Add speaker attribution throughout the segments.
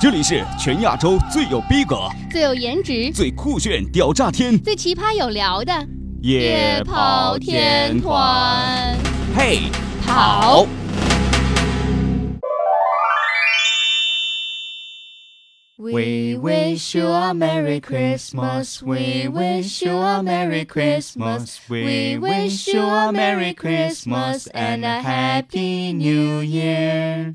Speaker 1: 这里是全亚洲最有逼格、
Speaker 2: 最有颜值、
Speaker 1: 最酷炫屌炸天、
Speaker 2: 最奇葩有聊的
Speaker 1: 夜跑天团，，嘿，
Speaker 2: 跑！
Speaker 3: We wish you a Merry Christmas. We wish you a Merry Christmas. We wish you a Merry Christmas and a Happy New Year.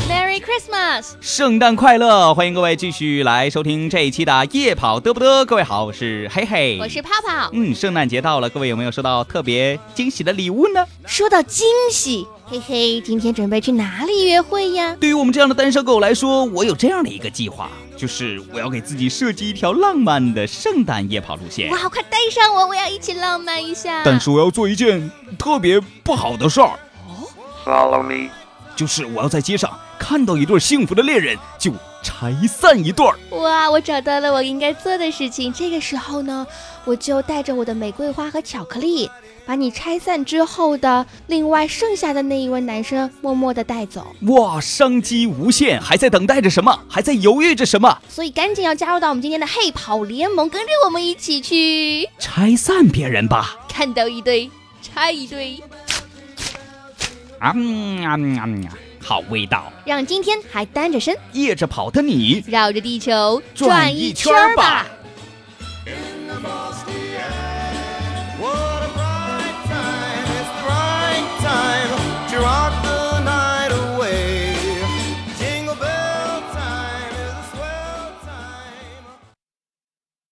Speaker 2: ，Merry Christmas！
Speaker 3: 圣诞快乐！欢迎各位继续来收听这一期的夜跑嘚不嘚。各位好，我是嘿嘿，
Speaker 2: 我是泡泡。
Speaker 3: 嗯，圣诞节到了，各位有没有收到特别惊喜的礼物呢？
Speaker 2: 说到惊喜，嘿嘿，今天准备去哪里约会呀？
Speaker 3: 对于我们这样的单身狗来说，我有这样的一个计划，就是我要给自己设计一条浪漫的圣诞夜跑路线。
Speaker 2: 哇，快带上我，我要一起浪漫一下。
Speaker 1: 但是我要做一件特别不好的事儿，
Speaker 4: Follow me.
Speaker 1: 就是我要在街上看到一对幸福的恋人就拆散一对儿。
Speaker 2: 哇，我找到了我应该做的事情。这个时候呢，我就带着我的玫瑰花和巧克力，把你拆散之后的另外剩下的那一位男生默默的带走。
Speaker 1: 哇，商机无限，还在等待着什么？还在犹豫着什么？
Speaker 2: 所以赶紧要加入到我们今天的嘿跑联盟，跟着我们一起去
Speaker 1: 拆散别人吧！
Speaker 2: 看到一对拆一对，
Speaker 3: 啊嗯啊嗯啊嗯啊，好味道！
Speaker 2: 让今天还单着身
Speaker 1: 夜着跑的你，
Speaker 2: 绕着地球
Speaker 1: 转一圈儿吧。